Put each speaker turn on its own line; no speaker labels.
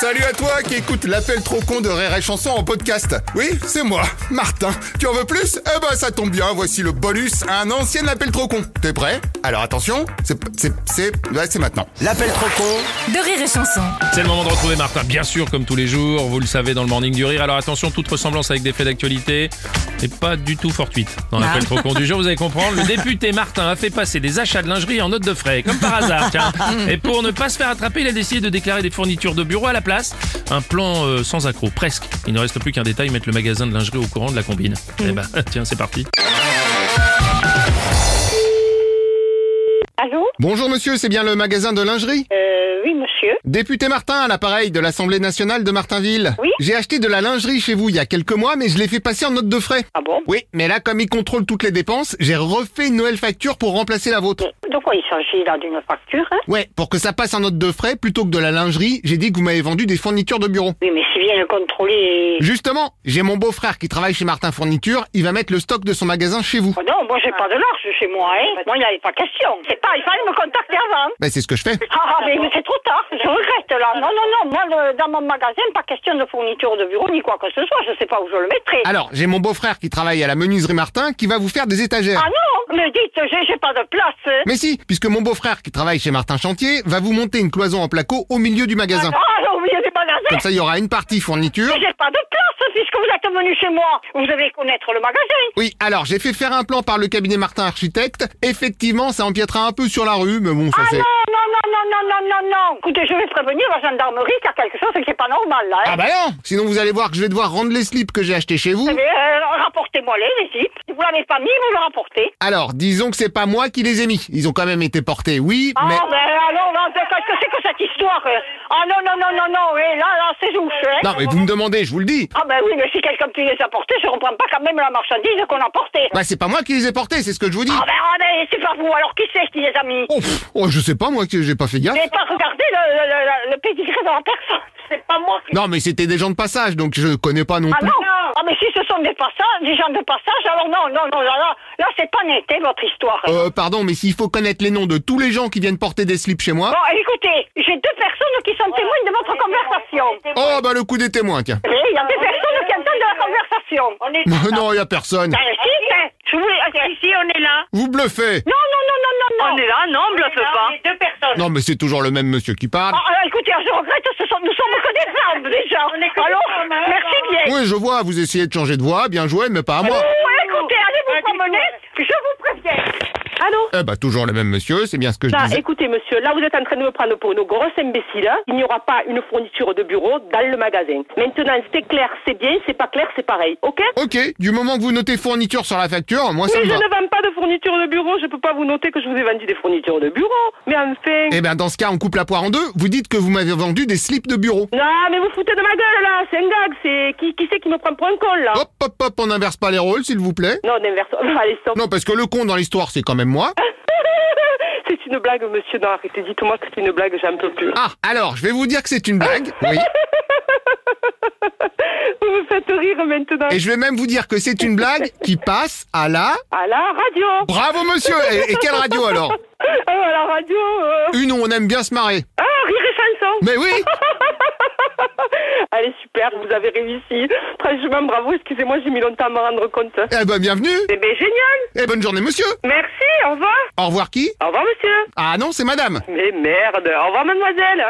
Salut à toi qui écoute l'appel trop con de Rire et Chanson en podcast. Oui, c'est moi, Martin. Tu en veux plus Eh ben ça tombe bien, voici le bonus à un ancien appel trop con. T'es prêt Alors attention, c'est c'est c'est ouais, c'est maintenant.
L'appel trop con
de rire et chanson.
C'est le moment de retrouver Martin, bien sûr, comme tous les jours, vous le savez, dans le Morning du Rire. Alors attention, toute ressemblance avec des faits d'actualité n'est pas du tout fortuite. Dans l'appel trop con du jour, vous allez comprendre, le député Martin a fait passer des achats de lingerie en note de frais, comme par hasard, tiens. Et pour ne pas se faire attraper, il a décidé de déclarer des fournitures de bureau à la place. Un plan euh, sans accroc, presque. Il ne reste plus qu'un détail, mettre le magasin de lingerie au courant de la combine. Eh ben, tiens, c'est parti.
Allô
Bonjour monsieur, c'est bien le magasin de lingerie
euh, Oui, monsieur.
Député Martin à l'appareil de l'Assemblée nationale de Martinville.
Oui.
J'ai acheté de la lingerie chez vous il y a quelques mois, mais je l'ai fait passer en note de frais.
Ah bon
Oui, mais là, comme ils contrôlent toutes les dépenses, j'ai refait une nouvelle facture pour remplacer la vôtre.
De quoi il s'agit là d'une facture hein
Ouais, pour que ça passe en note de frais plutôt que de la lingerie, j'ai dit que vous m'avez vendu des fournitures de bureau.
Oui, mais si vient le contrôler.
Justement, j'ai mon beau-frère qui travaille chez Martin Fourniture, il va mettre le stock de son magasin chez vous.
Oh non, moi j'ai pas de l'arche chez moi, hein. Moi, il n'avait pas question. C'est pas, il fallait me contacter avant.
Ben c'est ce que je fais.
Ah, ah, mais, mais c'est trop tard. Je regrette là. Non, non, non. Moi, le- dans mon magasin, pas question de fourniture de bureau ni quoi que ce soit. Je sais pas où je le mettrai.
Alors, j'ai mon beau-frère qui travaille à la menuiserie Martin qui va vous faire des étagères.
Ah non Me dites, j'ai j'ai pas de place. hein.
Mais si, puisque mon beau-frère qui travaille chez Martin Chantier va vous monter une ccloison en placo au milieu du magasin.
Ah, j'ai oublié des magasins.
Comme ça, il y aura une partie fourniture.
Mais J'ai pas de place puisque vous êtes venu chez moi. Vous devez connaître le magasin.
Oui, alors j'ai fait faire un plan par le cabinet Martin Architecte. Effectivement, ça empiétera un peu sur la rue, mais bon, ça
Ah
c'est...
non, non, non, non, non, non, non, non. Écoutez, je vais prévenir la gendarmerie qu'il y a quelque chose qui n'est pas normal là. hein.
Ah bah non Sinon vous allez voir que je vais devoir rendre les slips que j'ai achetés chez vous.
Eh bien, euh, rapportez-moi les récits. Si vous l'avez pas mis, vous le rapportez.
Alors, disons que c'est pas moi qui les ai mis. Ils ont quand même été portés, oui,
Ah,
mais...
ben alors, là, c'est- qu'est-ce que c'est que cette histoire euh Ah non, non, non, non, non, oui, là, là, c'est louche. hein.
Non, mais vous me demandez, je vous le dis.
Ah ben oui, mais si quelqu'un peut les apporter, je ne comprends pas quand même la marchandise qu'on a portée.
Bah c'est pas moi qui les ai portés, c'est ce que je vous dis.
Ah ben, ah ben, c'est pas vous, alors qui c'est qui les a mis
Oh, pff, oh, je sais pas moi que j'ai pas fait gaffe.
J'ai pas regardé le, le, le- le pédigré de la personne. C'est pas moi qui...
Non, mais c'était des gens de passage, donc je connais pas non
Ah
plus.
non Ah mais si ce sont des passages, des gens de passage, alors non, non, non, là, là, là c'est pas netté votre histoire.
Euh, pardon, mais s'il faut connaître les noms de tous les gens qui viennent porter des slips chez moi...
Bon, écoutez, j'ai deux personnes qui sont témoignes de votre conversation.
Oh, bah le coup des témoins, tiens.
Oui, Il y a des personnes qui entendent de la conversation. On est...
non, y a personne.
si, ben, je voulais... Ici, on est là.
Vous bluffez
Non, non, non, non, non, non. On est là, non, on bluffe pas. deux personnes.
Non, mais c'est toujours le même monsieur qui parle.
Ah, alors, écoutez, je regrette, ce sont, nous sommes que des hein, femmes, déjà. Alors, merci bien.
Oui, je vois, vous essayez de changer de voix, bien joué, mais pas à moi.
Ouais, écoutez, allez vous promener, je vous préviens.
Allô
Eh bah, toujours le même monsieur, c'est bien ce que je
Là,
disais.
écoutez, monsieur, là, vous êtes en train de me prendre pour une grosse imbécile. hein. Il n'y aura pas une fourniture de bureau dans le magasin. Maintenant, c'est clair, c'est bien, c'est pas clair, c'est pareil, ok
Ok, du moment que vous notez fourniture sur la facture, moi ça
Mais
me
je
va.
ne vends pas de fourniture de bureau, je peux pas vous noter que je vous ai vendu des fournitures de bureau. Mais enfin...
Eh ben, dans ce cas, on coupe la poire en deux, vous dites que vous m'avez vendu des slips de bureau.
Non, mais vous foutez de ma gueule, là C'est un gag, c'est... Qui, qui c'est qui me prend pour un con, là
Hop, hop, hop, on n'inverse pas les rôles, s'il vous plaît.
Non, d'inverse. Allez, stop.
Non, parce que le con dans l'histoire, c'est quand même moi.
c'est une blague, monsieur. Non, arrêtez, dites-moi que c'est une blague, j'en peux plus.
Ah, alors, je vais vous dire que c'est une blague, oui.
Vous me faites rire maintenant.
Et je vais même vous dire que c'est une blague qui passe à la...
À la radio
Bravo, monsieur Et, et quelle radio, alors
Ah, À la radio euh.
Une où on aime bien se marrer.
Ah, rire et chanson
Mais oui
Allez, super, vous avez réussi. Franchement, bravo, excusez-moi, j'ai mis longtemps à me rendre compte.
Eh ben, bienvenue
Eh bien, génial
Eh, bonne journée, monsieur
Merci, au revoir
Au revoir qui
Au revoir, monsieur Eh,
Ah non, c'est madame
Mais merde, au revoir, mademoiselle